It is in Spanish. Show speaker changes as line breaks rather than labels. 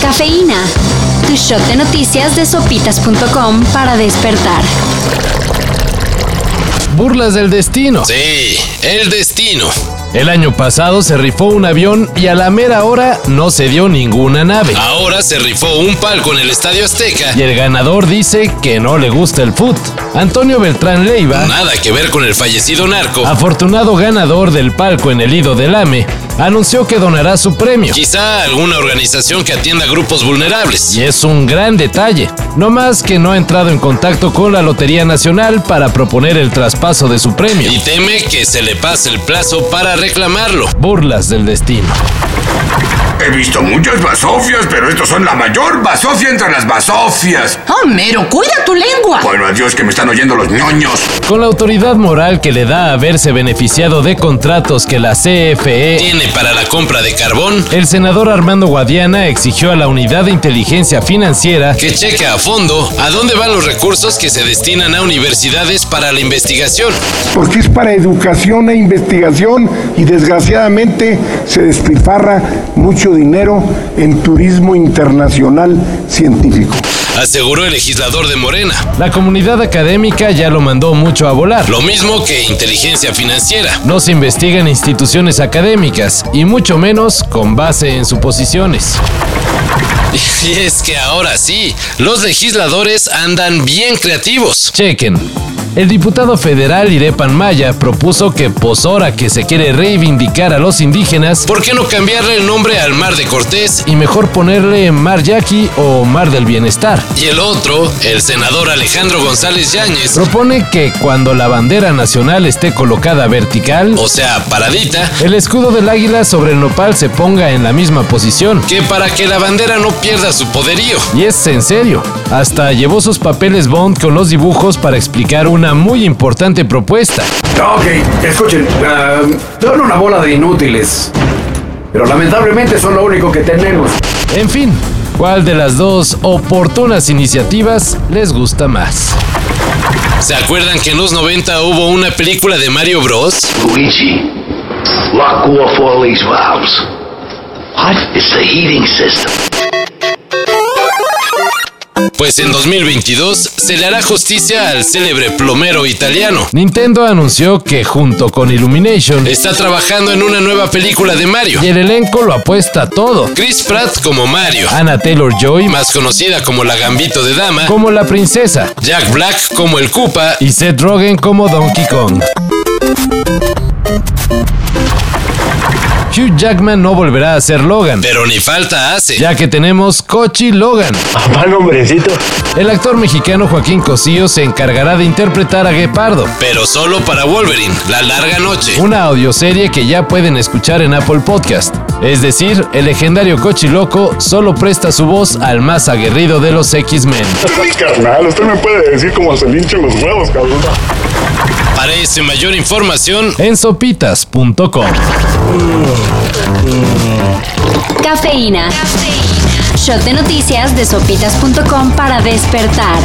Cafeína. Tu shot de noticias de sopitas.com para despertar.
Burlas del destino.
Sí, el destino.
El año pasado se rifó un avión y a la mera hora no se dio ninguna nave.
Ahora se rifó un palco en el Estadio Azteca.
Y el ganador dice que no le gusta el foot. Antonio Beltrán Leiva,
Nada que ver con el fallecido narco.
Ah, afortunado ganador del palco en el Ido del AME, anunció que donará su premio.
Quizá alguna organización que atienda a grupos vulnerables.
Y es un gran detalle, no más que no ha entrado en contacto con la Lotería Nacional para proponer el traspaso de su premio.
Y teme que se le pase el plazo para reclamarlo.
Burlas del destino.
He visto muchas basofias, pero estos son la mayor basofia entre las basofias.
Homero, Ah, cuida tu lengua.
Bueno, adiós que me están oyendo los ñoños.
Con la autoridad moral que le da haberse beneficiado de contratos que la CFE,
Tiene para la compra de carbón.
el senador Armando Guadiana exigió a la Unidad de Inteligencia Financiera
Que cheque a fondo a dónde van los recursos que se destinan a universidades para la investigación.
porque es para educación e investigación y desgraciadamente se despilfarra mucho dinero en turismo internacional científico.
Aseguró el legislador de Morena.
La comunidad académica ya lo mandó mucho a volar.
Lo mismo que inteligencia financiera.
No se investigan instituciones académicas y mucho menos con base en suposiciones.
Y es que ahora sí, los legisladores andan bien creativos.
Chequen. El diputado federal Irepan Maya propuso que, pues ahora que se quiere reivindicar a los indígenas,
¿Por qué no cambiarle el nombre al Mar de Cortés?
y mejor ponerle Mar Yaqui o Mar del Bienestar.
Y el otro, el senador Alejandro González Yáñez,
Propone que cuando la bandera nacional esté colocada vertical,
o sea, paradita,
el escudo del águila sobre el nopal se ponga en la misma posición.
que para que la bandera no pierda su poderío.
Y es en serio, hasta llevó sus papeles Bond con los dibujos para explicar una muy importante propuesta.
Ok, escuchen, ah, son una bola de inútiles. Pero lamentablemente son lo único que tenemos.
En fin, ¿cuál de las dos oportunas iniciativas les gusta más?
¿Se acuerdan que en los 90 hubo una película de Mario Bros?
Luigi, lock off all these valves. What? It's the heating system.
Pues en 2022 se le hará justicia al célebre plomero italiano.
Nintendo anunció que junto con Illumination,
Está trabajando en una nueva película de Mario.
y el elenco lo apuesta a todo.
Chris Pratt como Mario,
Anna Taylor Joy,
más conocida como la Gambito de Dama,
como la princesa,
Jack Black como el Koopa
y Seth Rogen como Donkey Kong. Hugh Jackman no volverá a ser Logan,
Pero ni falta hace.
ya que tenemos Cochi Logan.
Mal hombrecito.
El actor mexicano Joaquín Cosío se encargará de interpretar a Guepardo,
Pero solo para Wolverine, la larga noche.
una audioserie que ya pueden escuchar en Apple Podcast. Es decir, el legendario Cochi Loco solo presta su voz al más aguerrido de los X-Men.
Mi carnal, usted me puede decir cómo se linchan los huevos, cabrón.
Para esa mayor información,
En sopitas.com.
Cafeína. Shot de noticias de sopitas.com para despertar.